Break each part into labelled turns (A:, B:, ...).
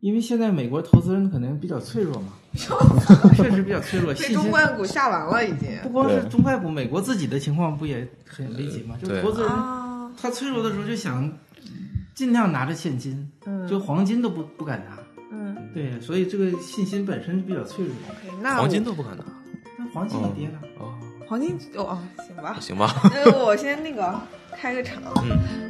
A: 因为现在美国投资人可能比较脆弱 嘛，确实比较脆弱，
B: 被
A: 信
B: 中
A: 心。
B: 概股吓完了已经
A: 不光是
C: 对
A: 中概股，美国自己的情况不也很危急吗？就是
C: 对
A: 投资人
C: 哦
B: 啊，
A: 他脆弱的时候就想尽量拿着现金，
B: 嗯
A: 就黄金都不不敢拿。
B: 嗯，
A: 对，所以这个信心本身比较脆弱。
B: 那我
C: 黄金都不敢拿
A: 那黄金也跌了，
C: 哦，
B: 黄金哦哦，行 吧，
C: 行 吧，
B: 那我先那个开个场，
C: 嗯，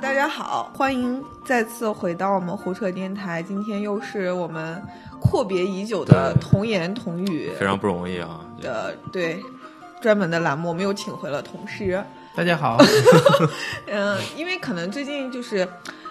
B: 大家好，欢迎再次回到我们胡扯电台。今天又是我们阔别已久的
C: 对
B: 童言童语
C: 非常不容易啊，这
B: 的对专门的栏目，我们又请回了同事。
A: 大家好，
B: 嗯，因为可能最近就是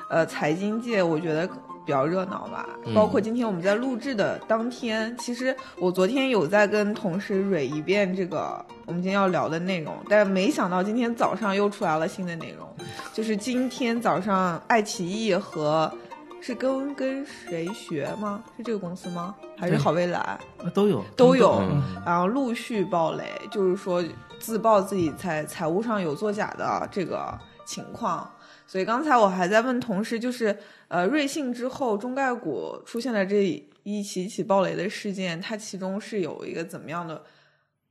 B: 呃财经界，我觉得。比较热闹吧，
C: 嗯
B: 包括今天我们在录制的当天，其实我昨天有在跟同事蕊一遍这个我们今天要聊的内容，但没想到今天早上又出来了新的内容，就是今天早上爱奇艺和是跟跟谁学吗？是这个公司吗？还是
A: 对
B: 好未来？
A: 呃都有
B: 都有
C: 嗯
B: 然后陆续爆雷，就是说自曝自己财财务上有作假的这个情况。所以刚才我还在问同事，就是呃，瑞幸之后中概股出现了这一起起爆雷的事件，它其中是有一个怎么样的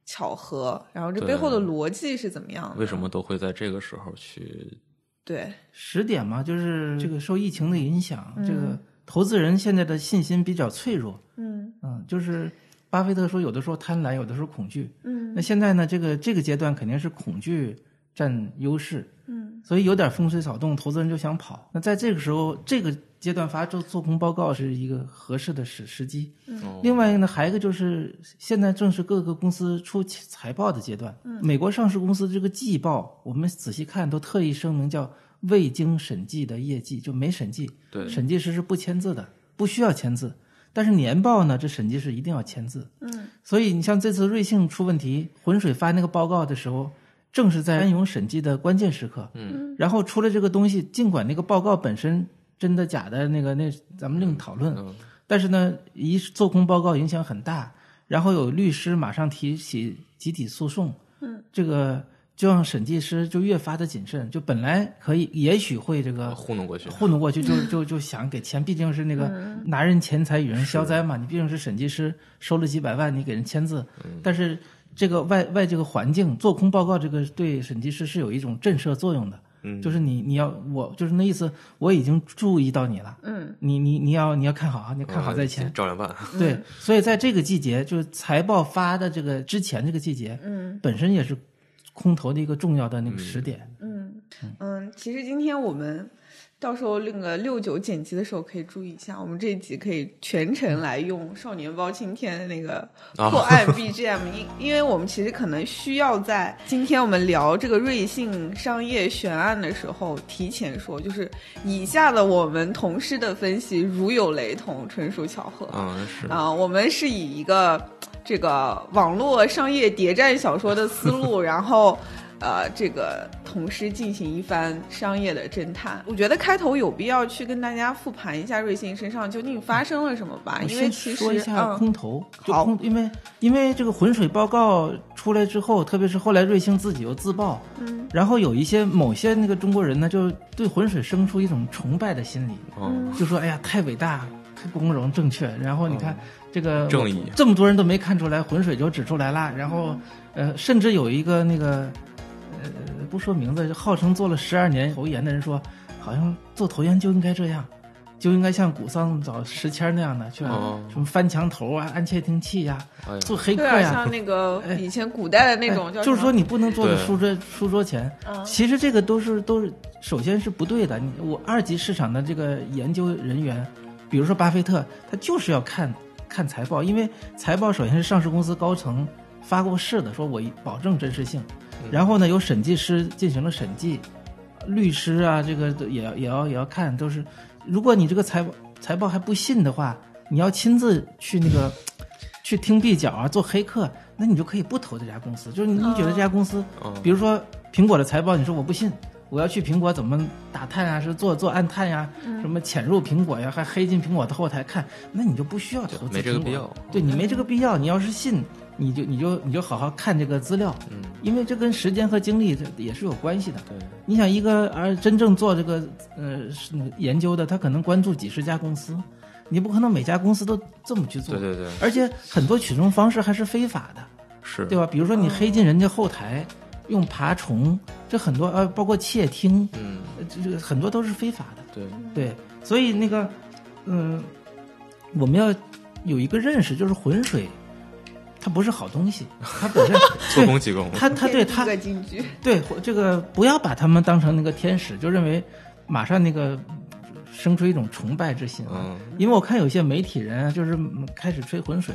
B: 巧合？然后这背后的
C: 对
B: 逻辑是怎么样的？
C: 为什？么都会在这个时候去？
B: 对，
A: 十点嘛，就是这个受疫情的影响，
B: 嗯
A: 这个投资人现在的信心比较脆弱。
B: 嗯
A: 嗯，就是巴菲特说，有的时候贪婪，有的时候恐惧。那
B: 嗯
A: 现在呢，这个这个阶段肯定是恐惧占优势，
B: 嗯
A: 所以有点风吹草动，投资人就想跑。那在这个时候，这个阶段发做做空报告是一个合适的时时机。
C: 哦
A: 另外一个呢，还有一个就是现在正是各个公司出财报的阶段。
C: 嗯
A: 美国上市公司这个季报，我们仔细看都特意声明叫未经审计的业绩，就没审计。
C: 对
A: 审计师是不签字的，不需要签字。但是年报呢，这审计师一定要签字。
B: 嗯，
A: 所以你像这次瑞幸出问题，浑水发那个报告的时候，正是在安永审计的关键时刻。
C: 嗯，
A: 然后出了这个东西，尽管那个报告本身真的假的，那个那咱们另讨论。
C: 嗯
A: 但是呢，一是做空报告影响很大，然后有律师马上提起集体诉讼，
B: 嗯，
A: 这个就让审计师就越发的谨慎，就本来可以也许会这个
C: 糊弄过去，
A: 糊弄过去就就就想给钱，毕竟是那个拿人钱财与人消灾嘛，你毕竟是审计师，收了几百万，你给人签字，
C: 嗯
A: 但是这个外外这个环境做空报告，这个对审计师是有一种震慑作用的，
C: 嗯
A: 就是你你要我就是那意思，我已经注意到你了，
B: 嗯
A: 你你你要你要看好啊，你看好再签
C: 嗯，照 着办，
A: 对，所以在这个季节，就是财报发的这个之前这个季节，
B: 嗯
A: 本身也是空头的一个重要的那个时点。
B: 嗯嗯，其实今天我们。到时候那个六九剪辑的时候可以注意一下，我们这一集可以全程来用《少年包青天》的那个
C: 啊
B: 破案 BGM，因、因为我们其实可能需要在今天我们聊这个瑞幸商业悬案的时候提前说，就是以下的我们同事的分析如有雷同，纯属巧合。
C: 嗯是，
B: 啊、我们是以一个这个网络商业谍战小说的 思路，然后呃，这个同时进行一番商业的侦探。我觉得开头有必要去跟大家复盘一下瑞幸身上究竟发生了什么吧
A: 我，
B: 啊因为
A: 先
B: 其
A: 说一
B: 实
A: 下
B: 嗯
A: 空头，就
B: 好
A: 空，因为因为这个浑水报告出来之后，特别是后来瑞幸自己又自曝，
B: 嗯
A: 然后有一些某些那个中国人呢，就对浑水生出一种崇拜的心理，
C: 嗯
A: 就说哎呀太伟大，太光荣正确。然后你看、这个
C: 嗯正义
A: 这么多人都没看出来，浑水就指出来了。然后呃，甚至有一个那个呃不说名字，就号称做了十二年投研的人说，好像做投研就应该这样。就应该像古桑找石谦那样的，去
C: 哦
A: 什么翻墙头啊、按窃听器呀、
C: 哎呀
A: 做黑
B: 有
A: 客
B: 点
A: 呀、
B: 啊像那个以前古代的那种
A: 啊哎
B: 叫
A: 就是
B: 什
A: 说
B: 么
A: 你不能坐在
C: 对
A: 书桌书桌前。
B: 嗯
A: 其实这个都是都是，首先是不对的。你我二级市场的这个研究人员，比如说巴菲特，他就是要看看财报，因为财报首先是上市公司高层发过誓的，说我保证真实性。
C: 嗯
A: 然后呢，由审计师进行了审计，律师啊，这个都也要也要也要看，都是如果你这个财报财报还不信的话，你要亲自去那个去听壁角啊，做黑客，那你就可以不投这家公司。就是你你觉得这家公司，
C: 哦
A: 比如说苹果的财报，你说我不信，我要去苹果怎么打探啊，是做做暗探呀、什么潜入苹果呀，还黑进苹果的后台看，那你就不需要投资
C: 没这个
A: 苹果
C: 必要
A: 对你没这个必要。你要是信，你就你就你就好好看这个资料，
C: 嗯，
A: 因为这跟时间和精力这也是有关系的。
C: 对，
A: 你想一个而真正做这个呃是研究的，他可能关注几十家公司，你不可能每家公司都这么去做。
C: 对对对，
A: 而且很多取证方式还是非法的，
C: 是，
A: 对吧？比如说你黑进人家后台，用爬虫，这很多呃，包括窃听，
C: 嗯，
A: 呃这这个很多都是非法的。
C: 对，
A: 对，所以那个，嗯，我们要有一个认识，就是浑水，它不是好东西，它本身
C: 做工
A: 对
C: 几工，
A: 它它对 它
B: 个金 句，
A: 对这个不要把他们当成那个天使，就认为马上那个生出一种崇拜之心啊。
C: 嗯
A: 因为我看有些媒体人啊就是嗯开始吹浑水，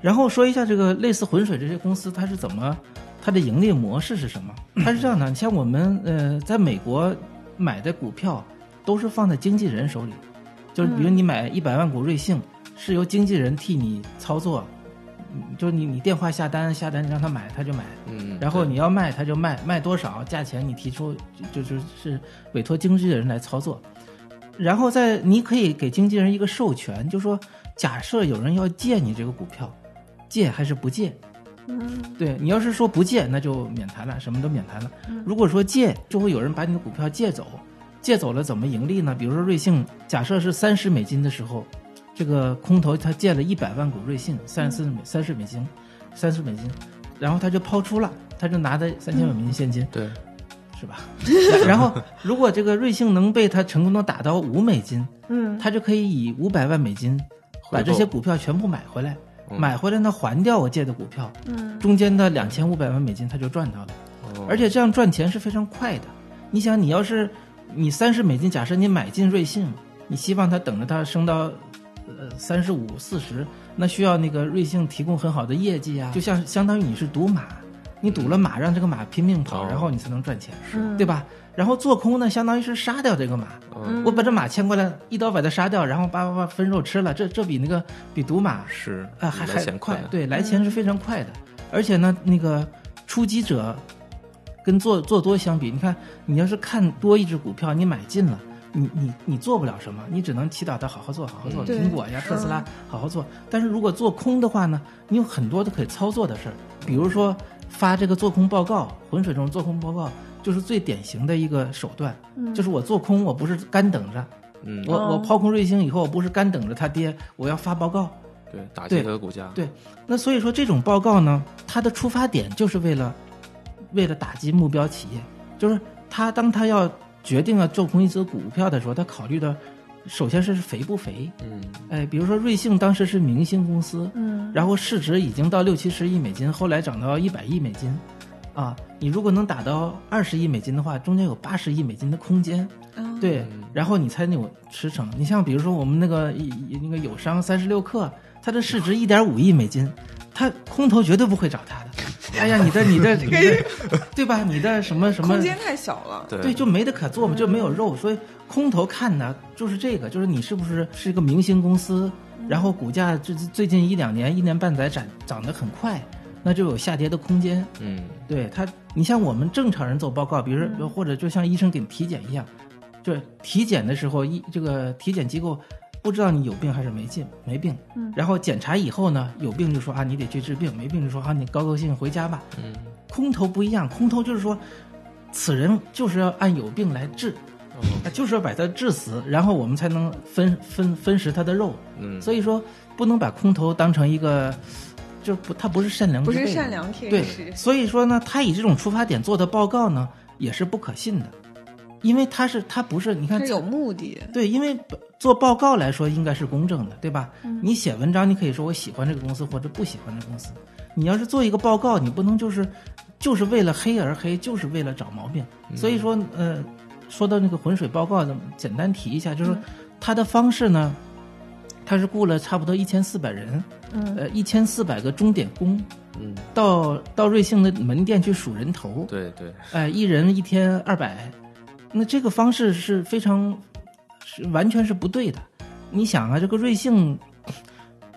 A: 然后说一下这个类似浑水这些公司它是怎么它的盈利模式是什么？它是这样的，你像我们呃在美国买的股票都是放在经纪人手里，就是比如你买一百万股瑞幸，是由经纪人替你操作，嗯就是你你电话下单下单让他买他就买，
C: 嗯，
A: 然后
C: 对
A: 你要卖，他就卖，卖多少价钱你提出，就就是委托经纪人来操作。然后在你可以给经纪人一个授权，就说假设有人要借你这个股票，借还是不借？
B: 嗯
A: 对你要是说不借，那就免谈了，什么都免谈了
B: 嗯。
A: 如果说借，就会有人把你的股票借走，借走了怎么盈利呢？比如说瑞幸，假设是三十美金的时候，这个空头他借了一百万股瑞幸，三十四美三十美金，三十美金，然后他就抛出了，他就拿的三千美金现金，
C: 对，
A: 是吧？ 然后如果这个瑞幸能被他成功的打到五美金，
B: 嗯，
A: 他就可以以五百万美金把这些
C: 回购
A: 股票全部买回来，
C: 嗯
A: 买回来呢还掉我借的股票，
B: 嗯
A: 中间的两千五百万美金他就赚到了，
C: 哦
A: 而且这样赚钱是非常快的。你想，你要是你三十美金，假设你买进瑞幸，你希望它等着它升到呃三十五、四十，那需要那个瑞幸提供很好的业绩
C: 哦
A: 啊，就像相当于你是赌马，你赌了马，让这个马拼命跑，
C: 哦
A: 然后你才能赚钱，
B: 嗯
A: 对吧？然后做空呢，相当于是杀掉这个马，
C: 嗯
A: 我把这马牵过来，一刀把它杀掉，然后叭叭叭分肉吃了，这这比那个比赌马
C: 是
A: 啊，还
C: 来
A: 还
C: 钱
A: 快
C: 快，，
A: 对，来钱是非常快的。而且呢，那个出击者跟做做多相比，你看，你要是看多一只股票，你买进了，你你你做不了什么，你只能祈祷它好好做，好好做。
C: 嗯
B: 对
A: 苹果呀、
B: 是
A: 特斯拉好好做。但是如果做空的话呢，你有很多的可以操作的事儿，比如说发这个做空报告，浑水中做空报告就是最典型的一个手段。
B: 嗯
A: 就是我做空，我不是干等着，
C: 嗯，
A: 我我
B: 哦
A: 抛空瑞幸以后，我不是干等着它跌，我要发报告。
C: 对，打
A: 对
C: 击它的股价，
A: 对那所以说，这种报告呢，它的出发点就是为了为了打击目标企业，就是他当他要决定要做空一只股票的时候，他考虑的首先是肥不肥。
C: 嗯，
A: 哎，比如说瑞幸当时是明星公司，
B: 嗯
A: 然后市值已经到六七十亿美金，后来涨到一百亿美金，啊，你如果能打到二十亿美金的话，中间有八十亿美金的空间，
B: 嗯
A: 对，然后你才能有驰骋。你像比如说我们那个一一那个友商三十六氪，它的市值一点五亿美金，它空头绝对不会找它的。哎呀，你的你的你 的，对吧？你的什么什么
B: 空？间嗯太小了，
C: 对
A: 对，就没得可做嘛，就没有肉，所以空头看的就是这个，就是你是不是是一个明星公司，
B: 嗯
A: 然后股价最最近一两年、一年半载涨涨得很快，那就有下跌的空间。
C: 嗯，
A: 对他，你像我们正常人做报告，比如说、
B: 嗯
A: 或者就像医生给你体检一样，就是体检的时候，医这个体检机构不知道你有病还是没病，没病。
B: 嗯
A: 然后检查以后呢，有病就说啊你得去治病，没病就说啊你高高兴兴回家吧。
C: 嗯，
A: 空头不一样，空头就是说，此人就是要按有病来治，
C: 哦
A: 啊就是要把他治死，然后我们才能分分分食他的肉。
C: 嗯，
A: 所以说，不能把空头当成一个，就不他不是善良之
B: 不
A: 辈的
B: 是善良天
A: 对
B: 使，，
A: 所以说呢，他以这种出发点做的报告呢，也是不可信的，因为他是他不是你看
B: 是有目的，
A: 对，因为做报告来说应该是公正的，对吧？
B: 嗯
A: 你写文章，你可以说我喜欢这个公司或者不喜欢这个公司，你要是做一个报告，你不能就是就是为了黑而黑，就是为了找毛病。所以说，呃，说到那个浑水报告，咱们简单提一下，就是
B: 嗯
A: 说他的方式呢，他是雇了差不多一千四百人，
B: 嗯
A: 呃，一千四百个钟点工。
C: 嗯，
A: 到到瑞幸的门店去数人头，
C: 对对，
A: 哎、一人一天二百，那这个方式是非常是完全是不对的。你想啊，这个瑞幸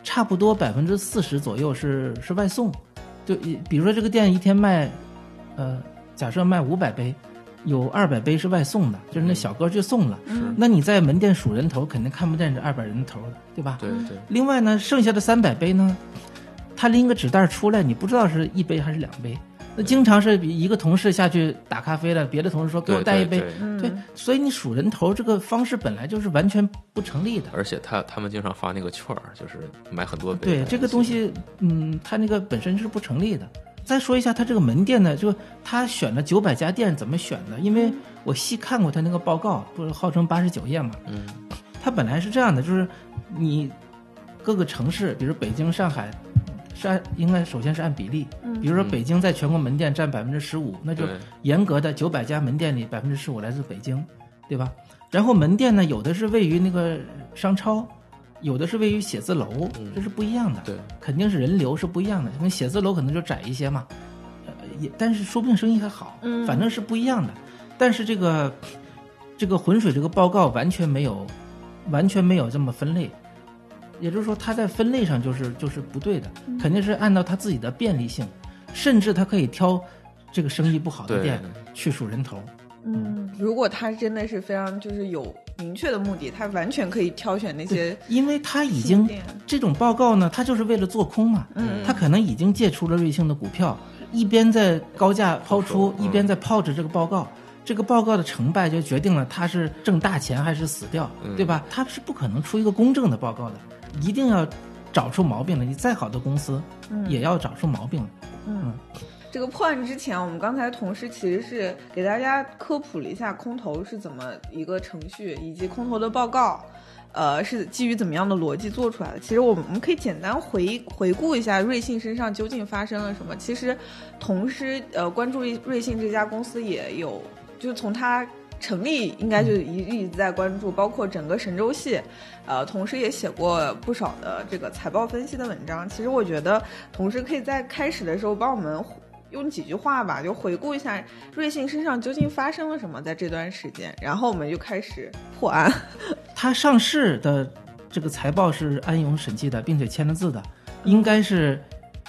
A: 差不多百分之四十左右是是外送，就一比如说这个店一天卖，呃，假设卖五百杯，有二百杯是外送的，就是那小哥去送了。
B: 嗯
C: 是，
A: 那你在门店数人头，肯定看不见这二百人头的，对吧？
C: 对对，
A: 另外呢，剩下的三百杯呢，他拎个纸袋出来，你不知道是一杯还是两杯。那经常是一个同事下去打咖啡了，别的同事说给我
C: 对
A: 带一
C: 对
A: 杯，嗯
C: 对，
B: 嗯
A: 对，所以你数人头这个方式本来就是完全不成立的。
C: 而且他他们经常发那个券儿，就是买很多杯。
A: 对这个东，西，嗯，它那个本身是不成立的。再说一下它这个门店呢，就它选了九百家店怎么选的？因为我细看过它那个报告，不是号称八十九页嘛？
C: 嗯，
A: 它本来是这样的，就是你各个城市，比如北京、上海，是按应该首先是按比例，比如说北京在全国门店占百分之十五，那就
C: 对
A: 严格的九百家门店里百分之十五来自北京，对吧？然后门店呢，有的是位于那个商超，有的是位于写字楼，这是不一样的。
C: 对，
A: 肯定是人流是不一样的，因为写字楼可能就窄一些嘛，呃，也但是说不定生意还好，
B: 嗯
A: 反正是不一样的。但是这个这个浑水这个报告完全没有完全没有这么分类，也就是说它在分类上就是就是不对的，肯定是按照它自己的便利性，甚至它可以挑这个生意不好的
C: 对
A: 店去数人头，
B: 嗯，如果他真的是非常就是有明确的目的，他完全可以挑选那些
A: 因为它已
B: 新
A: 经
B: 店。
A: 这种报告呢，它就是为了做空嘛。
B: 嗯
A: 他可能已经借出了瑞幸的股票，一边在高价抛出
C: 抛售，嗯
A: 一边在抛着这个报告。这个报告的成败就决定了他是挣大钱还是死掉，
C: 嗯
A: 对吧？他是不可能出一个公正的报告的，一定要找出毛病来。你再好的公司，也要找出毛病来。
B: 这个破案之前，我们刚才同事其实是给大家科普了一下空投是怎么一个程序，以及空投的报告，呃，是基于怎么样的逻辑做出来的。其实我们我们可以简单回回顾一下瑞幸身上究竟发生了什么。其实，同时呃关注瑞瑞幸这家公司也有，就是从它。成立应该就一一直在关注，包括整个神州系，呃，同时也写过不少的这个财报分析的文章。其实我觉得，同时可以在开始的时候帮我们用几句话吧，就回顾一下瑞幸身上究竟发生了什么在这段时间，然后我们就开始破案。
A: 它上市的这个财报是安永审计的，并且签了字的，应该是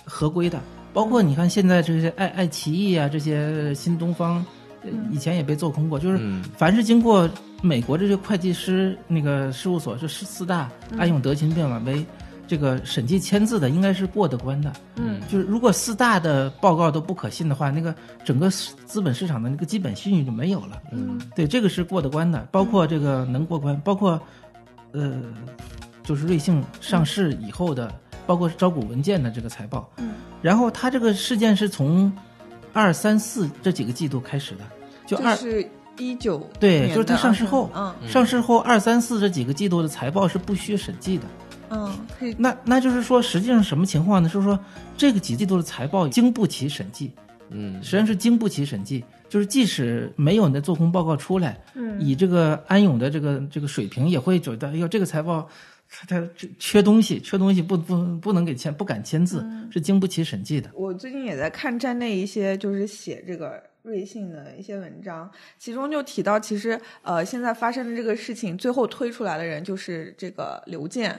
A: 合规的。包括你看现在这些爱爱奇艺啊，这些新东方，呃以前也被做空过，就是
C: 嗯
A: 凡是经过美国这些会计师那个事务所，这四四大安永德勤变婉薇这个审计签字的，应该是过得关的。
B: 嗯
A: 就是如果四大的报告都不可信的话，那个整个市资本市场的那个基本信誉就没有了。
B: 嗯
A: 对，这个是过得关的，包括这个能过关，包括呃，就是瑞幸上市以后的，包括招股文件的这个财报。
B: 嗯，
A: 然后它这个事件是从二三四这几个季度开始的，就
B: 就
A: 二、
B: 是一九
A: 对就是它上市后
B: 嗯
A: 上市后二三四这几个季度的财报是不需审计的。
B: 嗯，可以
A: 那那就是说，实际上什么情况呢？就是说这个几季度的财报经不起审计，
C: 嗯，
A: 实际上是经不起审计，就是即使没有你的做空报告出来，
B: 嗯
A: 以这个安永的这个这个水平，也会觉得，哎呦，这个财报它它这缺东西，缺东西不不不能给签，不敢签字，
B: 嗯
A: 是经不起审计的。
B: 我最近也在看站内一些就是写这个瑞幸的一些文章，其中就提到，其实呃现在发生的这个事情，最后推出来的人就是这个刘健，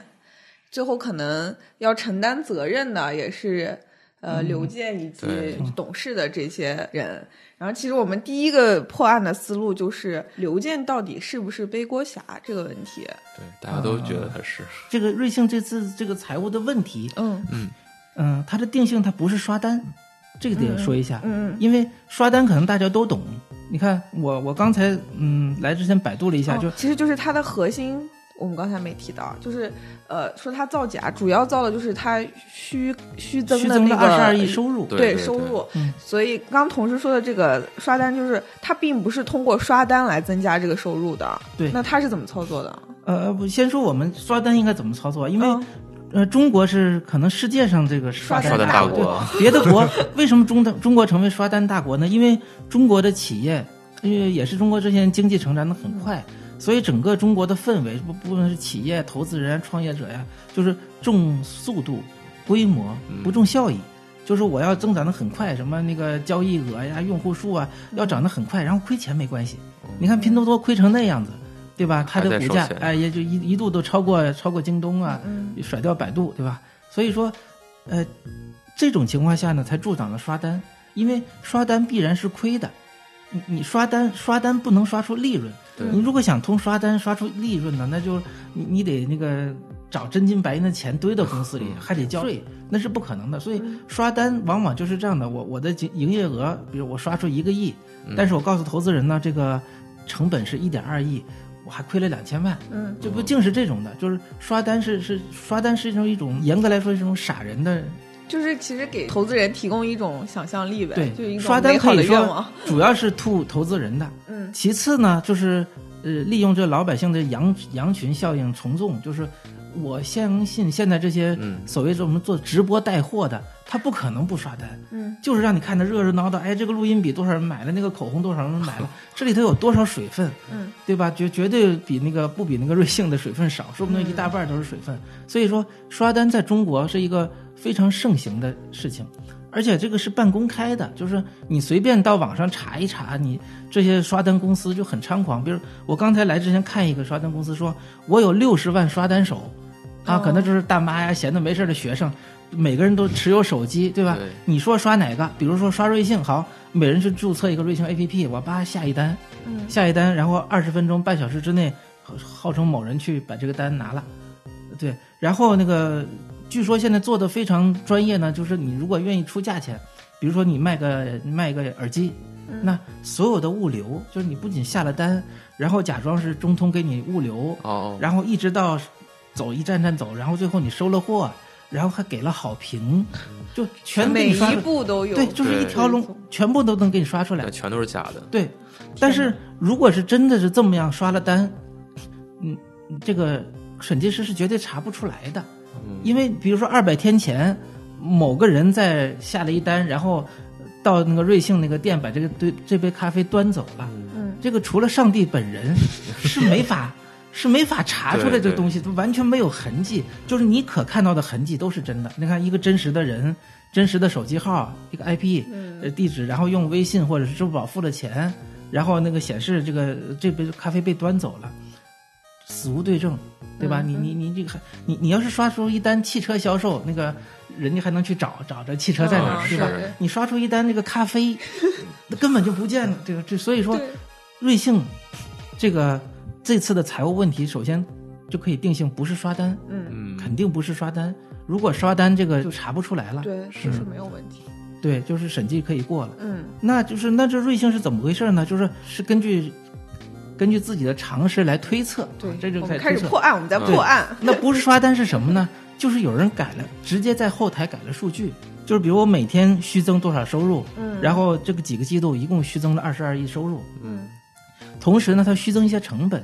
B: 最后可能要承担责任的也是。呃，刘健以及
C: 对
B: 董事的这些人，然后其实我们第一个破案的思路就是刘健到底是不是背锅侠这个问题。
C: 对，大家都
A: 嗯
C: 觉得他是，
A: 这个瑞幸这次这个财务的问题，
B: 嗯
A: 嗯、它的定性它不是刷单，这个得说一下，
B: 嗯
A: 因为刷单可能大家都懂。你看我我刚才嗯来之前百度了一下，
B: 哦
A: 就
B: 其实就是它的核心，我们刚才没提到，就是呃说它造假，主要造的就是它虚虚增
A: 虚
B: 的
A: 增
B: 那
A: 了
B: 个
A: 二十二亿收入，
C: 对
B: 收入
A: 嗯。
B: 所以刚同事说的这个刷单，就是它并不是通过刷单来增加这个收入的。
A: 对
B: 那它是怎么操作的？
A: 呃，不，先说我们刷单应该怎么操作，因为、
B: 嗯
A: 呃，中国是可能世界上这个刷
B: 刷
A: 单
B: 单
A: 大
B: 大
C: 国
A: 对别的国为什么中的中国成为刷单大国呢？因为中国的企业，因为也是中国这些年经济成长的很快，所以整个中国的氛围，不不论是企业、投资人、创业者呀，就是重速度、规模，
C: 嗯
A: 不重效益。就是我要增长的很快，什么那个交易额呀、用户数啊，要涨得很快，然后亏钱没关系。你看拼多多亏成那样子，对吧？它的
C: 哦还在
A: 股
C: 收
A: 价
C: 钱
A: 哎也就一一度都超过超过京东啊，
B: 嗯
A: 甩掉百度，对吧？所以说，呃，这种情况下呢，才助长了刷单，因为刷单必然是亏的。你你刷单刷单不能刷出利润，
C: 对
A: 你如果想通刷单刷出利润呢，那就你你得那个找真金白银的钱堆到公司里，还得交税，那是不可能的。所以刷单往往就是这样的。我我的营营业额，比如我刷出一个亿，但是我告诉投资人呢，这个成本是一点二亿，我还亏了两千万。
B: 嗯，
A: 这不竟是这种的，就是刷单是是刷单是一种一种严格来说是一种傻人的
B: 就是其实给投资人提供一种想象力呗，就是一
A: 对，刷
B: 种
A: 单
B: 美好
A: 可
B: 的
A: 以
B: 愿望
A: 说。主要是吐投资人的，
B: 嗯
A: 其次呢，就是呃，利用这老百姓的羊羊群效应从众，就是我相信现在这些
C: 嗯
A: 所谓我们做直播带货的，他不可能不刷单，
B: 嗯，
A: 就是让你看的热热闹闹，哎，这个录音笔多少人买了，那个口红多少人买 了，这里头有多少水分，
B: 嗯，
A: 对吧？绝绝对比那个不比那个瑞幸的水分少，说不定一大半都是水分。所以说，刷单在中国是一个非常盛行的事情。而且这个是半公开的，就是你随便到网上查一查，你这些刷单公司就很猖狂。比如我刚才来之前看一个刷单公司说，我有六十万刷单手，啊，
B: 哦
A: 可能就是大妈呀，闲的没事儿的学生，每个人都持有手机，对吧？
C: 对
A: 你说刷哪个？比如说刷瑞幸，好，每人去注册一个瑞幸 APP，我叭下一单，
B: 嗯
A: 下一单，然后二十分钟、半小时之内，号号称某人去把这个单拿了，对，然后那个据说现在做的非常专业呢，就是你如果愿意出价钱，比如说你卖个卖个耳机，那所有的物流就是你不仅下了单，然后假装是中通给你物流，
C: 哦，
A: 然后一直到走一站站走，然后最后你收了货，然后还给了好评，就全给
B: 每
A: 你刷
B: 一
A: 出
B: 步都有。
A: 对，就是一
C: 对
A: 条龙，全部都能给你刷出来
C: 那。全都是假的，
A: 对，但是如果是真的是这么样刷了单，嗯，这个审计师是绝对查不出来的，
C: 嗯
A: 因为比如说二百天前某个人在下了一单，然后到那个瑞幸那个店把这个对这杯咖啡端走了，
B: 嗯，
A: 这个除了上帝本 人是没法。是没法查出来
C: 对
A: 这
C: 对
A: 东西，都完全没有痕迹，就是你可看到的痕迹都是真的。你看一个真实的人，真实的手机号，一个 IP，呃
B: 嗯
A: 地址，然后用微信或者是支付宝付了钱，然后那个显示这个这杯咖啡被端走了，死无对证，对吧？
B: 嗯
A: 你你你这个还你你要是刷出一单汽车销售，那个人家还能去找找着汽车在哪儿，
B: 嗯
A: 对吧
C: 是？
A: 你刷出一单那个咖 啡，那根本就不见了。这个这所以说
B: 对，
A: 瑞幸这个这次的财务问题，首先就可以定性不是刷单，
B: 嗯，
C: 嗯，
A: 肯定不是刷单。如果刷单，这个就查不出来了。
B: 对，是是没有问题。
A: 对，就是审计可以过了。
B: 嗯
A: 那就是那这瑞幸是怎么回事呢？就是是根据根据自己的常识来推测，
B: 对
A: 啊，这就
B: 我
A: 可以
B: 们开
A: 推
B: 始
A: 测
B: 破。案，我们在破案。
A: 那不是刷单是什么呢？就是有人改了，直接在后台改了数据，就是比如我每天虚增多少收入，
B: 嗯
A: 然后这个几个季度一共虚增了二十二亿收入，
B: 嗯
A: 同时呢，它虚增一些成本，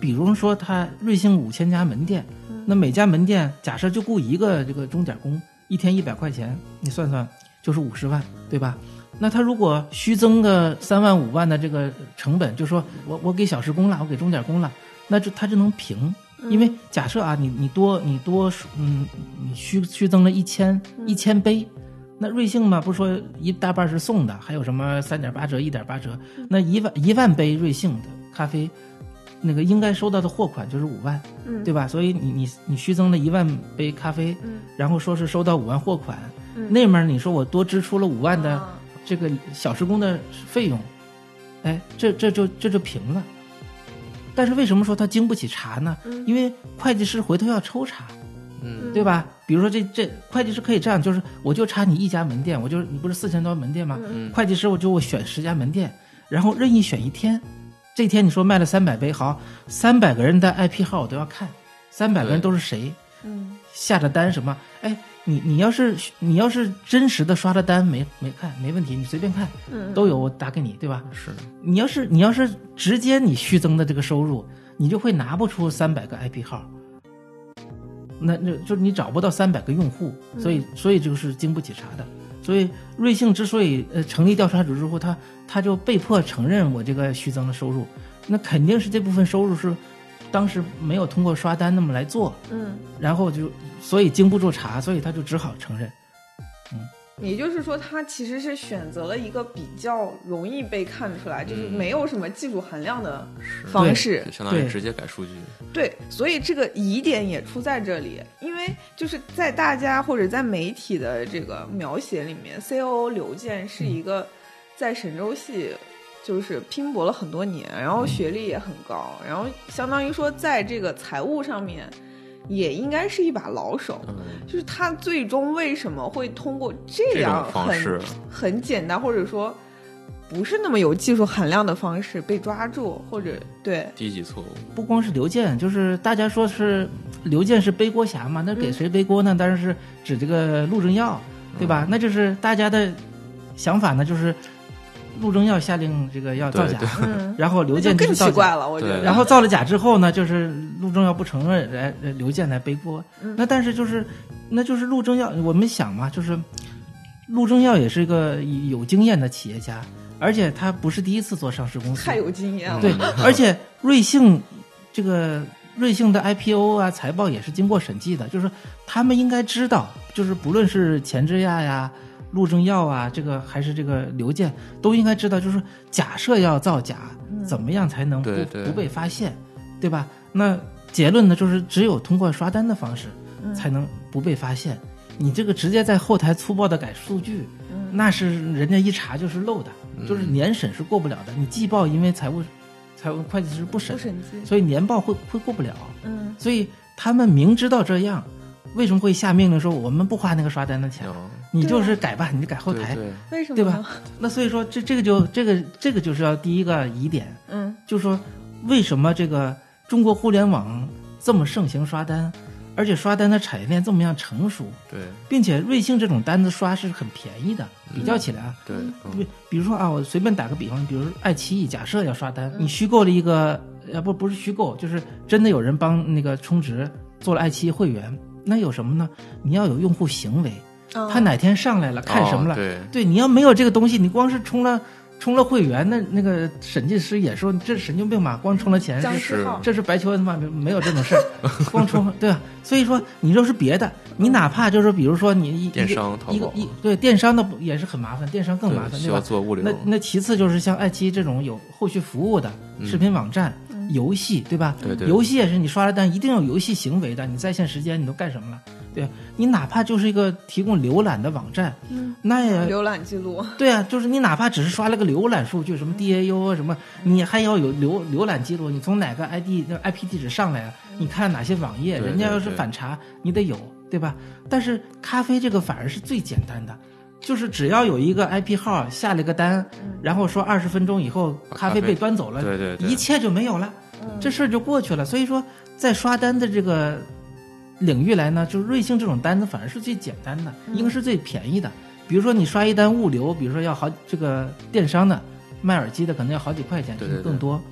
A: 比如说它瑞幸五千家门店，
B: 嗯
A: 那每家门店假设就雇一个这个钟点工，一天一百块钱，你算算就是五十万，对吧？那他如果虚增个三万五万的这个成本，就说我我给小时工了，我给钟点工了，那就他就能平。因
B: 嗯
A: 为假设啊，你你多你多嗯，你虚虚增了一千
B: 嗯
A: 一千杯，那瑞幸嘛，不是说一大半是送的，还有什么三点八折、一点八折，
B: 嗯
A: 那一万一万杯瑞幸的咖啡，那个应该收到的货款就是五万，
B: 嗯
A: 对吧？所以你你你虚增了一万杯咖啡，
B: 嗯
A: 然后说是收到五万货款，
B: 嗯
A: 那面儿你说我多支出了五万的
B: 啊
A: 这个小时工的费用，哎，这这就这就平了。但是为什么说他经不起查呢？
B: 嗯
A: 因为会计师回头要抽查，
C: 嗯
A: 对吧？比如说这这会计师可以这样，就是我就查你一家门店，我就你不是四千多门店吗？
B: 嗯
A: 会计师我就我选十家门店，然后任意选一天，这天你说卖了三百杯，好，三百个人的 IP 号我都要看，三百个人
C: 对
A: 都是谁
B: 嗯
A: 下的单什么？哎，你你要是你要是真实的刷了单没没看没问题，你随便看
B: 嗯
A: 都有我打给你，对吧？
C: 是的，
A: 你要是你要是直接你虚增的这个收入，你就会拿不出三百个 IP 号，那那就是你找不到三百个用户，所以所以这个是经不起查的。所以瑞幸之所以呃成立调查组之后，他他就被迫承认我这个虚增的收入，那肯定是这部分收入是当时没有通过刷单那么来做，
B: 嗯，
A: 然后就所以经不住查，所以他就只好承认。
B: 也就是说，他其实是选择了一个比较容易被看出来，
A: 嗯
B: 就是没有什么技术含量的方式
C: 就。相当
A: 对
C: 于直接改数据，
B: 对，所以这个疑点也出在这里，因为就是在大家或者在媒体的这个描写里面，COO 刘健
A: 嗯
B: 是一个在神州系就是拼搏了很多年，然后学历也很高，然后相当于说在这个财务上面也应该是一把老手。
C: 嗯，
B: 就是他最终为什么会通过这
C: 这
B: 样
C: 种方
B: 很
C: 式，
B: 很简单，或者说不是那么有技术含量的方式被抓住，或者对
C: 低级错误，
A: 不光是刘健，就是大家说是刘健是背锅侠嘛，那给谁背锅呢？当然是指这个陆正耀，对
C: 嗯
A: 吧？那就是大家的想法呢，就是陆正耀下令这个要造
C: 对
A: 假，
C: 对
B: 嗯，
A: 然后
B: 那
A: 刘
B: 就
A: 健
B: 更
A: 去造
B: 奇
A: 假
B: 怪了，我觉得。
C: 对
A: 然后造了假之后呢，就是陆正耀不承认，来呃刘健来背锅。
B: 嗯
A: 那但是就是，那就是陆正耀，我们想嘛，就是陆正耀也是一个有经验的企业家，而且他不是第一次做上市公司
B: 太，有经验了，
A: 对
C: 嗯，
A: 而且瑞幸这个瑞幸的 IPO 啊，财报也是经过审计的，就是说他们应该知道，就是不论是钱之亚呀、陆正耀啊，这个还是这个刘健，都应该知道，就是假设要造假，怎么样才能不
C: 对对
A: 不被发现，对吧？那结论呢，就是只有通过刷单的方式
B: 嗯
A: 才能不被发现。你这个直接在后台粗暴的改数据，
B: 嗯
A: 那是人家一查就是漏的，
C: 嗯
A: 就是年审是过不了的。你季报因为财务财务会计师不审
B: 不，审计，
A: 所以年报会会过不了。
B: 嗯，
A: 所以他们明知道这样，为什么会下命令说我们不花那个刷单的钱？
C: 嗯
A: 你就是改吧，你就改后台。
C: 对
B: 为什么
A: 对吧
B: 呢？
A: 那所以说这这个就这个这个就是要第一个疑点，
B: 嗯
A: 就是说为什么这个中国互联网这么盛行刷单，而且刷单的产业链这么样成熟，
C: 对
A: 并且瑞幸这种单子刷是很便宜的，比较起来啊，
C: 对对，嗯
A: 比比如说啊，我随便打个比方，比如说爱奇艺，假设要刷单，你
C: 嗯
A: 虚构了一个，呃，不，不是虚构，就是真的有人帮那个充值做了爱奇艺会员，那有什么呢？你要有用户行为，
B: 嗯，
A: 他哪天上来了，看什么了，
C: 哦对
A: 对，你要没有这个东西，你光是充了充了会员，那那个审计师也说你这神经病嘛，光充了钱，
B: 僵
A: 这
B: 尸
C: 是
B: 号，
A: 这是白求恩嘛，没没有这种事儿，光充对吧？所以说你要是别的，你哪怕就是比如说你一一个
C: 电商淘
A: 一个
C: 宝
A: 一对电商的也是很麻烦，电商更麻
C: 对
A: 烦
C: 需
A: 对
C: 要
A: 吧？
C: 做物流
A: 那，那其次就是像爱奇艺这种有后续服务的视频网站、游戏，对吧？
C: 嗯对对
A: 游戏也是你刷了单一定有游戏行为的，你在线时间你都干什么了？对吧，你哪怕就是一个提供浏览的网站，那也
B: 浏览记录，
A: 对啊，就是你哪怕只是刷了个浏览数据，什么
C: 嗯
A: DAU 啊什么，你还要有浏浏览记录，你从哪个 ID 那 IP 地址上来啊？你看哪些网页，
C: 对对
A: 人家要是
C: 对
A: 反查，你得有，对吧？但是咖啡这个反而是最简单的，就是只要有一个 IP 号下了个单，然后说二十分钟以后
C: 嗯把
A: 咖
C: 咖
A: 啡
C: 啡
A: 被端走了，
C: 对对对
A: 一切就没有了，
B: 嗯
A: 这事儿就过去了。所以说，在刷单的这个领域来呢，就是瑞幸这种单子反而是最简单的，一个是最便宜的。比如说你刷一单物流，比如说要好这个电商的卖耳机的可能要好几块钱，
C: 对
A: 甚至
C: 对对
A: 更多。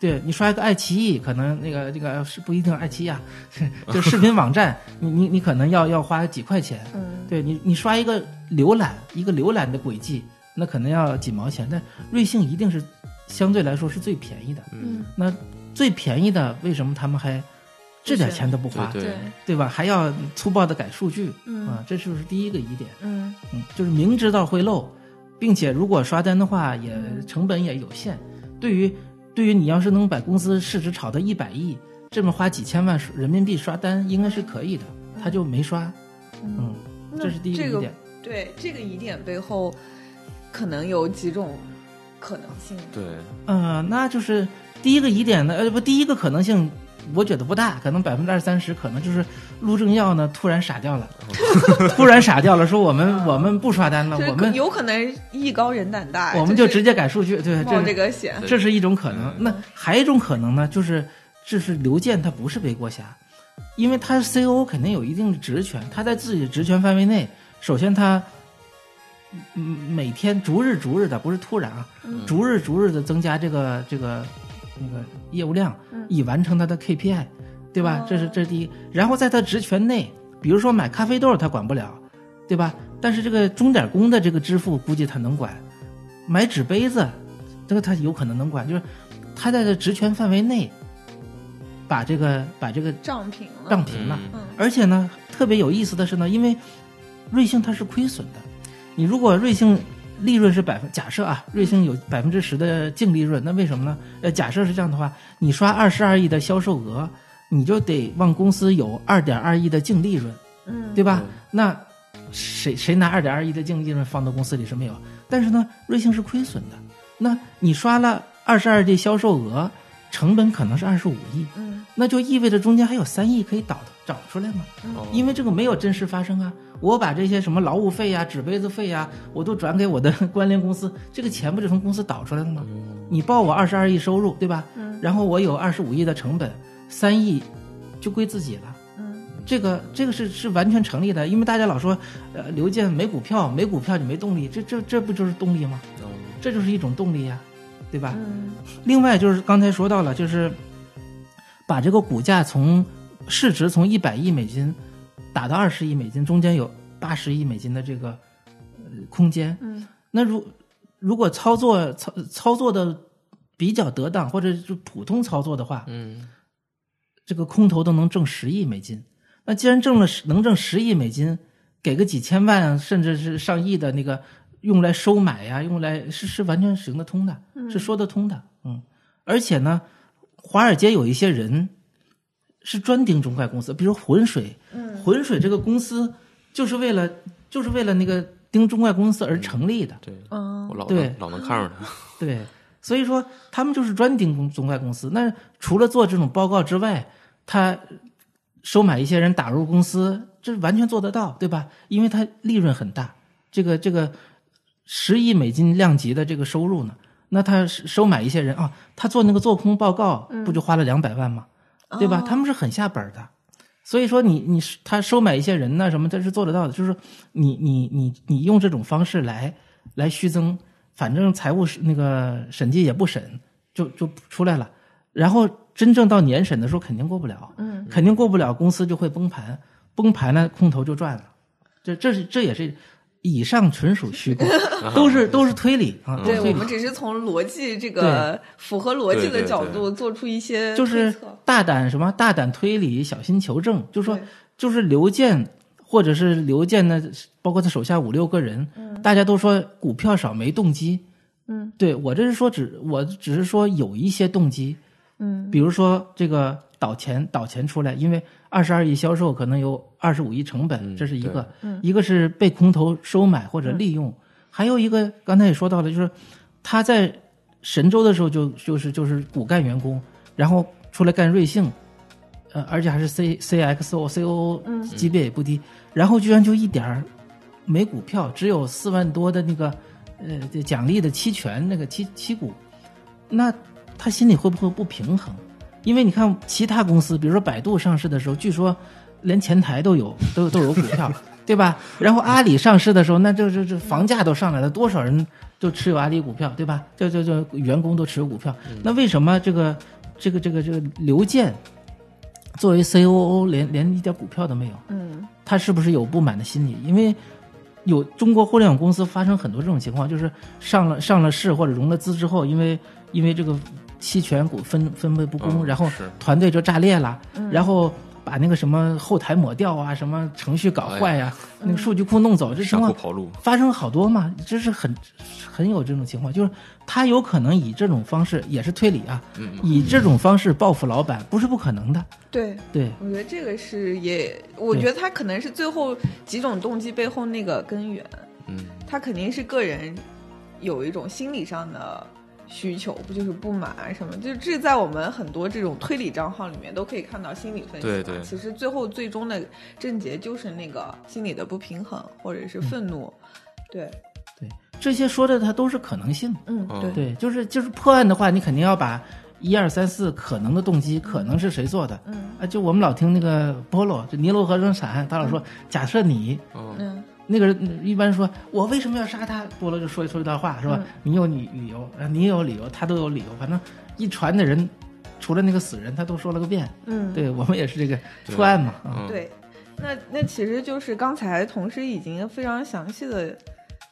A: 对你刷一个爱奇艺，可能那个这个是不一定爱奇艺啊， 就视频网站，你你你可能要要花几块钱。
B: 嗯，
A: 对你，你刷一个浏览，一个浏览的轨迹，那可能要几毛钱，但瑞幸一定是相对来说是最便宜的。
B: 嗯，
A: 那最便宜的，为什么他们还这点钱都不
C: 对
A: 花，
C: 对，
A: 对吧？还要粗暴的改数据，
B: 嗯
A: 啊，这就是第一个疑点，
B: 嗯
A: 嗯，就是明知道会漏，并且如果刷单的话，也成本也有限。对于对于你要是能把公司市值炒到一百亿，这么花几千万人民币刷单，应该是可以的，他就没刷，嗯，
B: 那
A: 这是第一个
B: 这
A: 疑
B: 个
A: 点。
B: 对这个疑点背后可能有几种可能性，
C: 对，
A: 呃，那就是第一个疑点呢，呃，不，第一个可能性，我觉得不大，可能百分之二三十，可能就是陆正耀呢突然傻掉了， 突然傻掉了，说我们我们不刷单了，
B: 就是
A: 我们
B: 啊有可能艺高人胆大，
A: 我们就直
B: 接
A: 接改数据，对，
B: 冒
A: 这
B: 这
A: 是
B: 个险，
A: 啊这是一种可能。那还有一种可能呢，就是这是刘健他不是背锅侠，因为他 CEO 肯定有一定的职权，他在自己的职权范围内，首先他。嗯，每天逐日逐日的，不是突然啊，
C: 嗯
A: 逐日逐日的增加这个这个那个业务量
B: 嗯，
A: 以完成他的 KPI，对吧？
B: 哦
A: 这是这是第一。然后在他职权内，比如说买咖啡豆他管不了，对吧？但是这个钟点工的这个支付估计他能管，买纸杯子这个他有可能能管，就是他在这职权范围内把这个把这个
B: 账平了，
A: 账平了。
C: 嗯
B: 嗯
A: 而且呢，特别有意思的是呢，因为瑞幸它是亏损的，你如果瑞幸利润是百分，假设啊，瑞幸有百分之十的净利润，那为什么呢？呃，假设是这样的话，你刷二十二亿的销售额，你就得往公司有二点二亿的净利润，
B: 嗯
A: 对吧？
C: 嗯
A: 那谁谁拿二点二亿的净利润放到公司里是没有，但是呢，瑞幸是亏损的。那你刷了二十二亿销售额，成本可能是二十五亿，
B: 嗯
A: 那就意味着中间还有三亿可以倒腾，找出来嘛。
C: 哦
A: 因为这个没有真实发生啊。我把这些什么劳务费呀、啊纸杯子费呀，我都转给我的 关联公司，这个钱不就从公司导出来了吗？
C: 嗯
A: 你报我二十二亿收入，对吧？
B: 嗯
A: 然后我有二十五亿的成本，三亿就归自己了。
B: 嗯
A: 这个这个是是完全成立的，因为大家老说，呃，刘健没股票，没股票就没动力，这这这不就是动力吗？
C: 哦
A: 这就是一种动力呀、对吧？
B: 嗯
A: 另外就是刚才说到了，就是把这个股价从市值从一百亿美金打到二十亿美金，中间有八十亿美金的这个呃空间。
B: 嗯
A: 那如如果操作操操作的比较得当，或者就普通操作的话，
C: 嗯，
A: 这个空头都能挣十亿美金。那既然挣了10能挣十亿美金，给个几千万啊甚至是上亿的那个用来收买呀、用来是是完全行得通的，是说得通的。嗯，而且呢，华尔街有一些人是专盯中概公司，比如浑水，
B: 嗯
A: 浑水这个公司就是为了就是为了那个盯中概公司而成立的。
C: 对，
B: 嗯
C: 我老
A: 哦对
C: 能老能看上他。
A: 对，所以说他们就是专盯公中概公司。那除了做这种报告之外，他收买一些人打入公司，这完全做得到，对吧？因为他利润很大，这个这个十亿美金量级的这个收入呢，那他收买一些人啊，他做那个做空报告不就花了两百万吗？
B: 哦
A: 对吧？他们是很下本儿的。所以说你你是他收买一些人呐、什么，他是做得到的。就是你你你你用这种方式来来虚增，反正财务是那个审计也不审，就就出来了。然后真正到年审的时候，肯定过不了，
B: 嗯，
A: 肯定过不了，公司就会崩盘，崩盘了空头就赚了。这这是这也是以上纯属虚 构，都是都是推理啊，都
B: 对
A: 是
B: 我
A: 推
B: 们
A: 理。
B: 只是从逻辑这个符合逻辑
C: 对
B: 的
C: 对
B: 角
C: 对
B: 度做出一些
A: 就是
B: 推测
A: 大胆什么大胆推理，小心求证，就是说
B: 对
A: 就是刘健或者是刘健呢，包括他手下五六个人，大家都说股票少没动机，
B: 嗯，
A: 对我这是说只我只是说有一些动机，
B: 嗯
A: 比如说这个倒钱倒钱出来，因为二十二亿销售可能有二十五亿成本，
C: 嗯
A: 这是一个，
B: 对嗯嗯
A: 一个是被空头收买或者利用，还有一个刚才也说到了，就是他在神州的时候就就是就是骨干员工，然后出来干瑞幸，呃，而且还是 C C X O C O
B: 嗯
A: 级别也不低，然后居然就一点儿没股票，只有四万多的那个呃这奖励的期权那个期期股，那他心里会不会不平衡？因为你看其他公司，比如说百度上市的时候，据说连前台都有都都有股票， 对吧？然后阿里上市的时候，那这这这房价都上来了，多少人都持有阿里股票，对吧？这这这员工都持有股票，那为什么这个这个这个这个刘健作为 COO 连连一点股票都没有？
B: 嗯
A: 他是不是有不满的心理？因为有中国互联网公司发生很多这种情况，就是上了上了市或者融了资之后，因为因为这个期权股分分配不公，
C: 嗯
A: 然后
C: 是
A: 团队就炸裂了，然后把那个什么后台抹掉啊，什么程序搞坏呀、那个数据库弄走，这情
C: 上
A: 况
C: 库跑路，
A: 发生好多嘛，这是很很有这种情况，就是他有可能以这种方式，也是推理啊，
C: 嗯
A: 以这种方式报复老板，不是不可能的，
B: 对。
A: 对。
B: 我觉得这个是也，我
A: 对
B: 觉得他可能是最后几种动机背后那个根源，
C: 嗯，
B: 他肯定是个人有一种心理上的需求，不就是不满啊什么？就这在我们很多这种推理账号里面都可以看到心理分析嘛。
C: 对对
B: 其实最后最终的症结就是那个心理的不平衡或者是愤怒。对，
A: 对，这些说的它都是可能性。
B: 嗯，
C: 哦
B: 对，
A: 对，就是就是破案的话，你肯定要把一二三四可能的动机，可能是谁做的。
B: 嗯
A: 啊，就我们老听那个 Polo，就尼罗河生惨案，他老说假设你
C: 哦
B: 嗯
A: 那个人一般说，我为什么要杀他？波罗就说说一段话，是吧？
B: 嗯
A: 你有你理由，啊，你有理由，他都有理由，反正一船的人，除了那个死人，他都说了个遍。
B: 嗯，
A: 对我们也是这个
C: 对
A: 破案嘛，啊，
C: 嗯，
B: 对，那那其实就是刚才同事已经非常详细的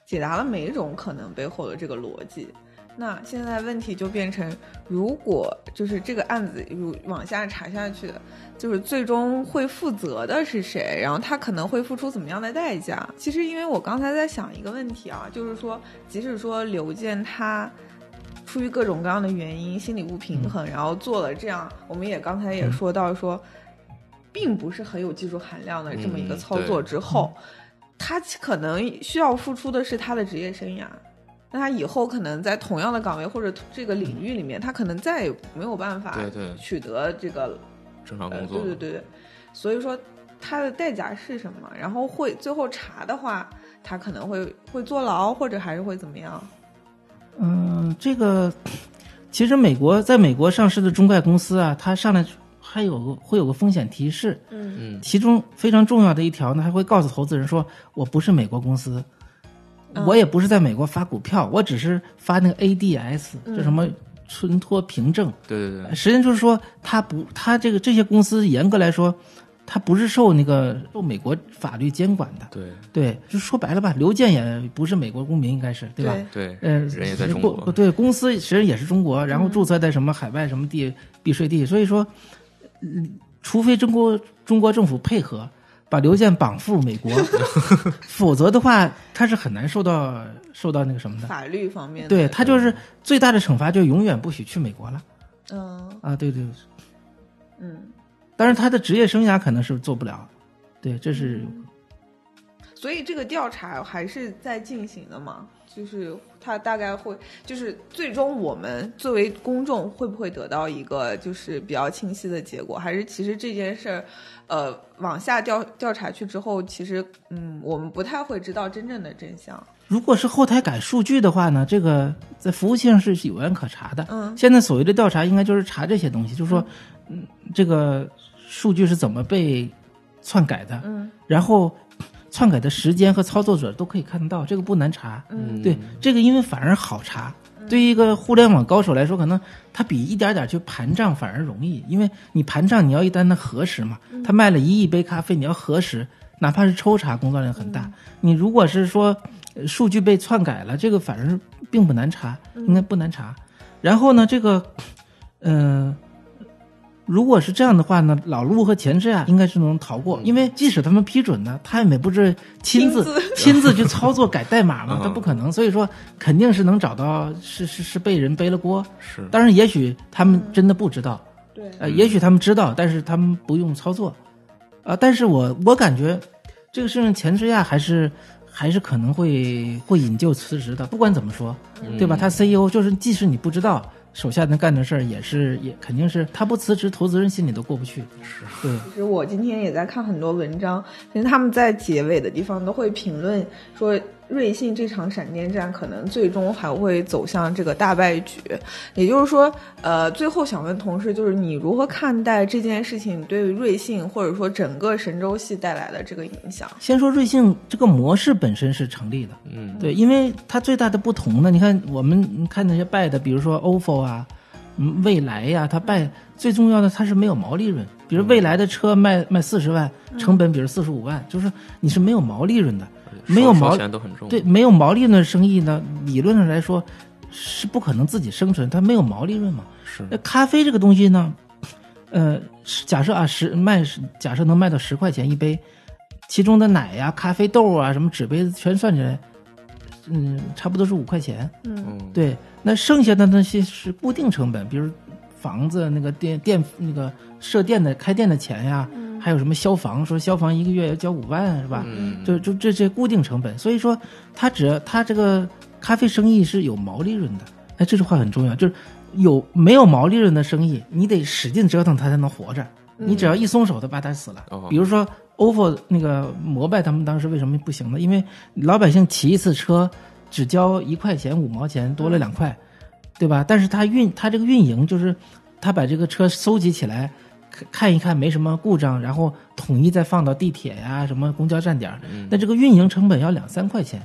B: 解答了每一种可能背后的这个逻辑。那现在问题就变成，如果就是这个案子如往下查下去，就是最终会负责的是谁，然后他可能会付出怎么样的代价？其实，因为我刚才在想一个问题啊，就是说，即使说刘健他出于各种各样的原因，心理不平
C: 嗯
B: 衡，然后做了这样，我们也刚才也说到说，并不是很有技术含量的这么一个
C: 嗯
B: 操作
C: 对
B: 之后，他可能需要付出的是他的职业生涯。那他以后可能在同样的岗位或者这个领
A: 啊
B: 域里面，他可能再也没有办法
C: 对对
B: 取得这个
C: 正常
B: 呃
C: 工作，
B: 对对对对，所以说它的代价是什么？然后会最后查的话，他可能会会坐牢，或者还是会怎么样？
A: 嗯，这个其实美国在美国上市的中概公司啊，它上来还有个会有个风险提示，
B: 嗯
C: 嗯
A: 其中非常重要的一条呢，还会告诉投资人说，我不是美国公司，
B: 嗯
A: 我也不是在美国发股票，我只是发那个 ADS，
B: 嗯
A: 就什么存托凭证。
C: 对对对，
A: 实际上就是说，它不，它这个这些公司严格来说，它不是受那个受美国法律监管的。
C: 对
A: 对，就说白了吧，刘健也不是美国公民，应该是对吧？
C: 对，
A: 呃，
C: 人也在中
A: 不
C: 国
A: 不对，公司其实也是中国，然
B: 嗯
A: 后注册在什么海外什么地避税地，所以说，嗯除非中国中国政府配合把刘健绑赴美 国，否则的话他是很难受到受到那个什么的。
B: 法律方面的
A: 对他
C: 嗯
A: 就是最大的惩罚，就永远不许去美国了
B: 嗯
A: 啊！对对，
B: 嗯。
A: 当然他的职业生涯可能是做不了，对，这是
B: 嗯所以这个调查还是在进行的嘛，就是它大概会，就是最终我们作为公众会不会得到一个就是比较清晰的结果，还是其实这件事儿，呃，往下调调查去之后，其实嗯，我们不太会知道真正的真相。
A: 如果是后台改数据的话呢，这个在服务器上是有源可查的。
B: 嗯
A: 现在所谓的调查应该就是查这些东西，就是说，嗯，这个数据是怎么被篡改的，
B: 嗯
A: 然后篡改的时间和操作者都可以看得到，这个不难查。
B: 嗯
A: 对，这个因为反而好查。对于一个互联网高手来说，可能他比一点点去盘账反而容易，因为你盘账你要一单的核实嘛，
B: 嗯
A: 他卖了一亿杯咖啡，你要核实，哪怕是抽查，工作量很大。
B: 嗯
A: 你如果是说呃数据被篡改了，这个反而并不难查，应该不难查。然后呢，这个，呃，如果是这样的话呢，老陆和前置啊，应该是能逃过，因为即使他们批准呢，他们也不是亲自
B: 亲自
A: 亲自去操作改代码嘛，
C: 嗯
A: 他不可能，所以说肯定是能找到，是是是被人背了锅。
C: 是，
A: 当然，也许他们真的不知道，
B: 对，
A: 呃，
C: 嗯
A: 也许他们知道，但是他们不用操作，啊、但是我我感觉这个事情前置亚还是还是可能会会引咎辞职的，不管怎么说，对吧？他 CEO 就是，即使你不知道手下能干的事儿，也是也肯定是他不辞职，投资人心里都过不去。是，对，
B: 其实我今天也在看很多文章，其实他们在结尾的地方都会评论说，瑞幸这场闪电战可能最终还会走向这个大败局。也就是说，呃，最后想问同事，就是你如何看待这件事情对于瑞幸或者说整个神州系带来的这个影响？
A: 先说瑞幸这个模式本身是成立的，
C: 嗯
A: 对，因为它最大的不同呢，你看我们看那些拜的，比如说 OFO 啊，嗯，未来呀、它拜最重要的它是没有毛利润，比如未来的车卖卖四十万，成本比如四十五万，就是你是没有毛利润的，没有
C: 烧烧
A: 毛
C: 钱都很重，
A: 对，没有毛利润的生意呢，理论上来说是不可能自己生存，它没有毛利润嘛。
C: 是
A: 那咖啡这个东西呢，呃，是假设啊十卖十，假设能卖到十块钱一杯，其中的奶呀、咖啡豆啊、什么纸杯子全算起来，嗯，差不多是五块钱。
C: 嗯
A: 对，那剩下的那些是固定成本，比如房子那个店店那个设店的开店的钱呀，还有什么消防，说消防一个月要交五万是吧？
C: 嗯
A: 就就这这固定成本，所以说它只要它这个咖啡生意是有毛利润的，哎，这句话很重要，就是有没有毛利润的生意，你得使劲折腾它才能活着，你只要一松手，它把它死了。
C: 哦
A: 比如说 OFO 那个摩拜他们当时为什么不行呢？因为老百姓骑一次车只交一块钱五毛钱，多了两块，对吧？但是他运他这个运营就是他把这个车收集起来。看看一看没什么故障，然后统一再放到地铁呀、什么公交站点儿那这个运营成本要两三块钱，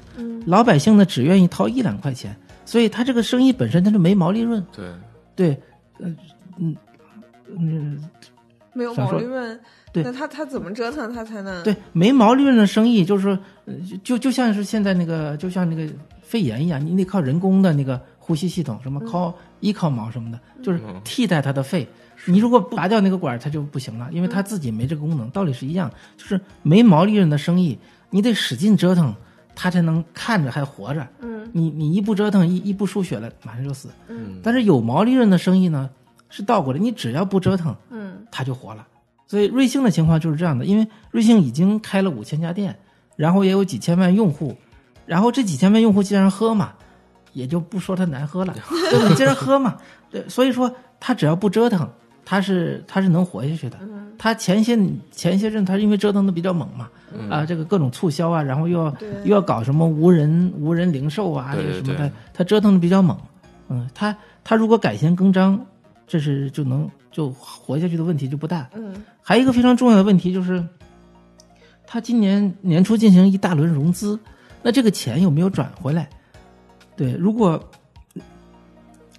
A: 老百姓呢只愿意掏一两块钱，所以他这个生意本身它就没毛利润。
C: 对，
A: 对，嗯嗯嗯，
B: 没有
A: 想
B: 毛
A: 说
B: 利润，
A: 对
B: 那他他怎么折腾他才能？
A: 对，没毛利润的生意就是说呃就就像是现在那个就像那个肺炎一样，你得靠人工的那个呼吸系统，什么靠依靠毛什么的，就是替代它的肺。你如果不拔掉那个管儿，它就不行了，因为它自己没这个功能。道理是一样，就是没毛利润的生意，你得使劲折腾，它才能看着还活着。
B: 嗯
A: 你你一不折腾，一一不输血了，马上就死。
B: 嗯
A: 但是有毛利润的生意呢，是倒过来，你只要不折腾，
B: 嗯
A: 它就活了。所以瑞幸的情况就是这样的，因为瑞幸已经开了五千家店，然后也有几千万用户，然后这几千万用户既然喝嘛，也就不说它难喝了，对吧？你既然喝嘛，对，所以说它只要不折腾，它是它是能活下去的。
B: 嗯，
A: 它前些前些阵它是因为折腾的比较猛嘛，
C: 嗯
A: 啊，这个各种促销啊，然后又要
B: 对
A: 又要搞什么无人无人零售啊，这
C: 对
A: 个
C: 对
A: 什么
C: 对
A: 的，它折腾的比较猛。嗯，它它如果改弦更张，这是就能就活下去的问题就不大。
B: 嗯
A: 还有一个非常重要的问题就是，它今年年初进行一大轮融资，那这个钱有没有转回来？对，如果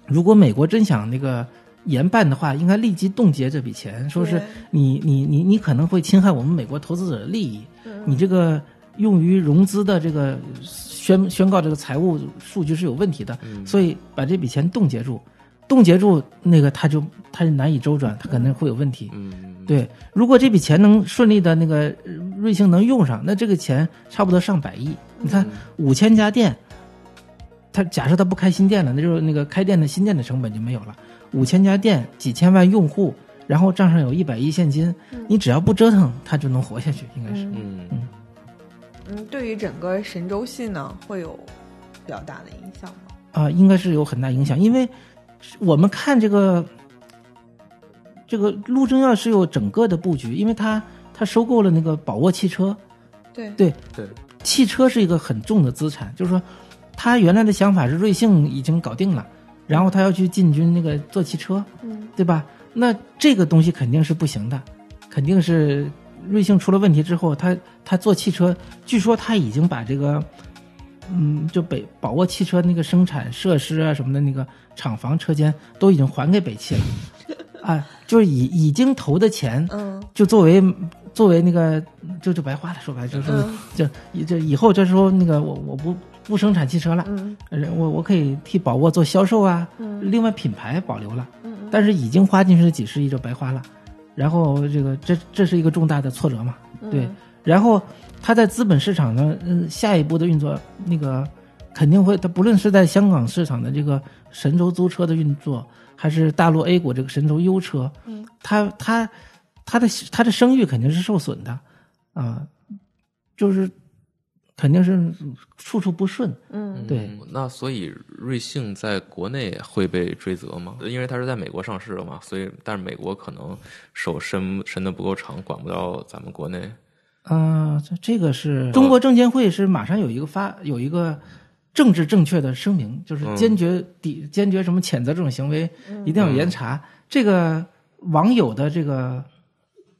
A: 如果美国真想那个严办的话，应该立即冻结这笔钱，说是
B: 对
A: 你你你你可能会侵害我们美国投资者的利益，
B: 嗯
A: 你这个用于融资的这个宣宣告这个财务数据是有问题的，所以把这笔钱冻结住，冻结住那个他就他就难以周转，他可能会有问题。
C: 嗯，
A: 对，如果这笔钱能顺利的那个呃瑞幸能用上，那这个钱差不多上百亿。你看五千家店，他假设他不开新店了，那就是那个开店的新店的成本就没有了。五千家店，几千万用户，然后账上有一百亿现金，你只要不折腾，他就能活下去，应该是。
B: 嗯
C: 嗯，
B: 嗯，对于整个神州系呢，会有比较大的影响吗？
A: 啊、应该是有很大影响，因为我们看这个这个陆正耀是有整个的布局，因为他他收购了那个宝沃汽车，
B: 对
A: 对
C: 对，
A: 汽车是一个很重的资产，就是说，他原来的想法是瑞幸已经搞定了，然后他要去进军那个做汽车，
B: 嗯
A: 对吧？那这个东西肯定是不行的，肯定是瑞幸出了问题之后，他他做汽车，据说他已经把这个，嗯，就北宝沃汽车那个生产设施啊什么的那个厂房车间都已经还给北汽了，啊，就是已已经投的钱，
B: 嗯
A: 就作为作为那个就就白花了，说白了就是
B: 嗯
A: 就以这以后这时候那个我我不不生产汽车了，
B: 嗯
A: 呃我我可以替宝沃做销售啊，
B: 嗯
A: 另外品牌保留了，
B: 嗯
A: 但是已经花进去的几十亿就白花了，然后这个这这是一个重大的挫折嘛，
B: 嗯，
A: 对，然后它在资本市场呢，嗯，下一步的运作那个肯定会，它不论是在香港市场的这个神州租车的运作，还是大陆 A 股这个神州优车，
B: 嗯，
A: 它它它的它的声誉肯定是受损的，啊、就是肯定是处处不顺，
B: 嗯
A: 对
C: 嗯那所以瑞幸在国内会被追责吗？因为它是在美国上市的嘛，所以但是美国可能手伸伸的不够长，管不到咱们国内。
A: 啊、这这个是中国证监会是马上有一个发有一个政治正确的声明，就是
C: 嗯
A: 坚决抵、坚决什么谴责这种行为，一定要严查。这个网友的这个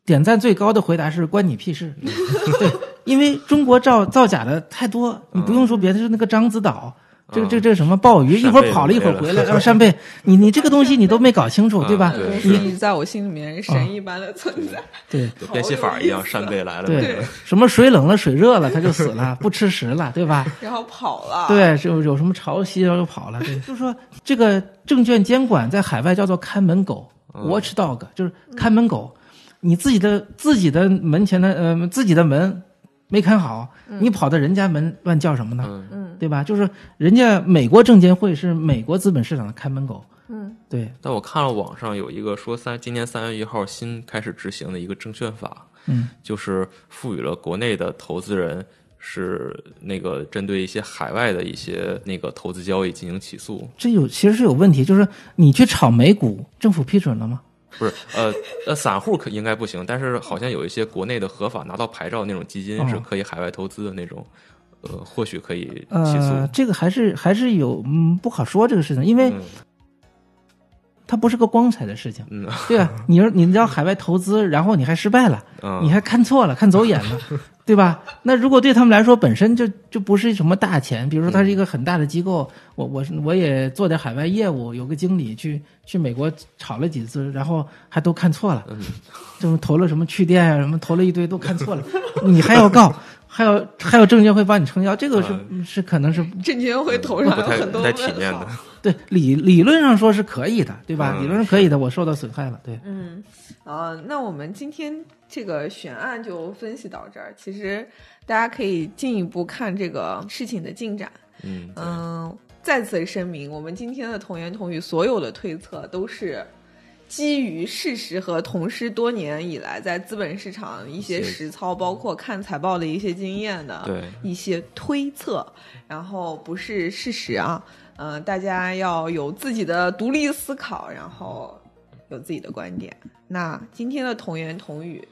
A: 点赞最高的回答是“关你屁事”，对，因为中国造造假的太多，你不用说别的，就是那个獐子岛。这个这个这个什么鲍鱼，一
C: 扇
A: 会
C: 贝
A: 儿跑了一会儿
C: 没了
A: 回来，呃，嗯扇贝，你你这个东西你都没搞清楚，对吧？
C: 对
B: 对，
C: 是啊
B: 一直在我心里面神一般的存在。
A: 对，
C: 就变戏法一样，
B: 啊
C: 扇贝来了。
A: 对，什么水冷了水热了，它就死了，不吃食了，对吧？
B: 然后跑了。，
A: 对，是有有什么潮汐，然后就跑了。对， 就是说这个证券监管在海外叫做看门狗、w
C: 嗯
A: a t c h dog，就是
B: 嗯
A: 看门狗。你自己的自己的门前的呃自己的门没看好，你跑到人家门乱叫什么呢？
C: 嗯
B: 嗯
A: 对吧？就是人家美国证监会是美国资本市场的看门狗，
B: 嗯
A: 对，
C: 但我看了网上有一个说三今年三月一号新开始执行的一个证券法，
A: 嗯，
C: 就是赋予了国内的投资人是那个针对一些海外的一些那个投资交易进行起诉，
A: 这有其实是有问题，就是你去炒美股，政府批准了吗？
C: 不是呃呃散户可应该不行，但是好像有一些国内的合法拿到牌照那种基金
A: 哦
C: 是可以海外投资的那种，呃或许可以起诉，
A: 呃，这个还是还是有嗯不好说这个事情，因为
C: 嗯
A: 它不是个光彩的事情。
C: 嗯
A: 对啊，你说你到海外投资，然后你还失败了，
C: 嗯，
A: 你还看错了，看走眼 了，对吧？那如果对他们来说本身就就不是什么大钱，比如说他是一个很大的机
C: 嗯
A: 构，我我是我也做点海外业务，有个经理去去美国炒了几次，然后还都看错了，
C: 嗯
A: 就是投了什么去店啊，什么投了一堆都看错 了，你还要告，还有还有证监会帮你撑腰，这个是、
C: 嗯
A: 是可能是
B: 证监会头
C: 不
B: 上有
C: 太
B: 很
C: 不
B: 多
C: 太
B: 问
C: 体面的
B: 号。，
A: 对理理论上说是可以的，对吧？
C: 嗯
A: 理论上可以的，我受到损害了，对。
B: 嗯，呃，那我们今天这个悬案就分析到这儿。其实大家可以进一步看这个事情的进展。
C: 嗯对
B: 嗯，再次声明，我们今天的童言童语，所有的推测都是基于事实和同师多年以来在资本市场一些
C: 一些
B: 实操，包括看财报的一些经验的
C: 对
B: 一些推测，然后不是呃事实啊。嗯、大家要有自己的独立思考，然后有自己的观点。那今天的童言童语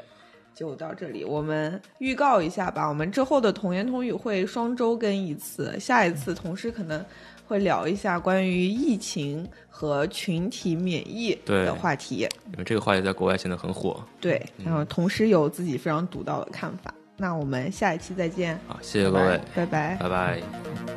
B: 就到这里，我们预告一下吧。我们之后的童言童语会双周更一次，下一次同时可能会聊一下关于疫情和群体免疫
C: 对嗯
B: 的话题。
C: 因为这个话题在国外现在很火
B: 对，然后同时有自己非常独到的看法。那我们下一期再见，
C: 啊。谢谢各位，
B: 拜拜。
C: 拜拜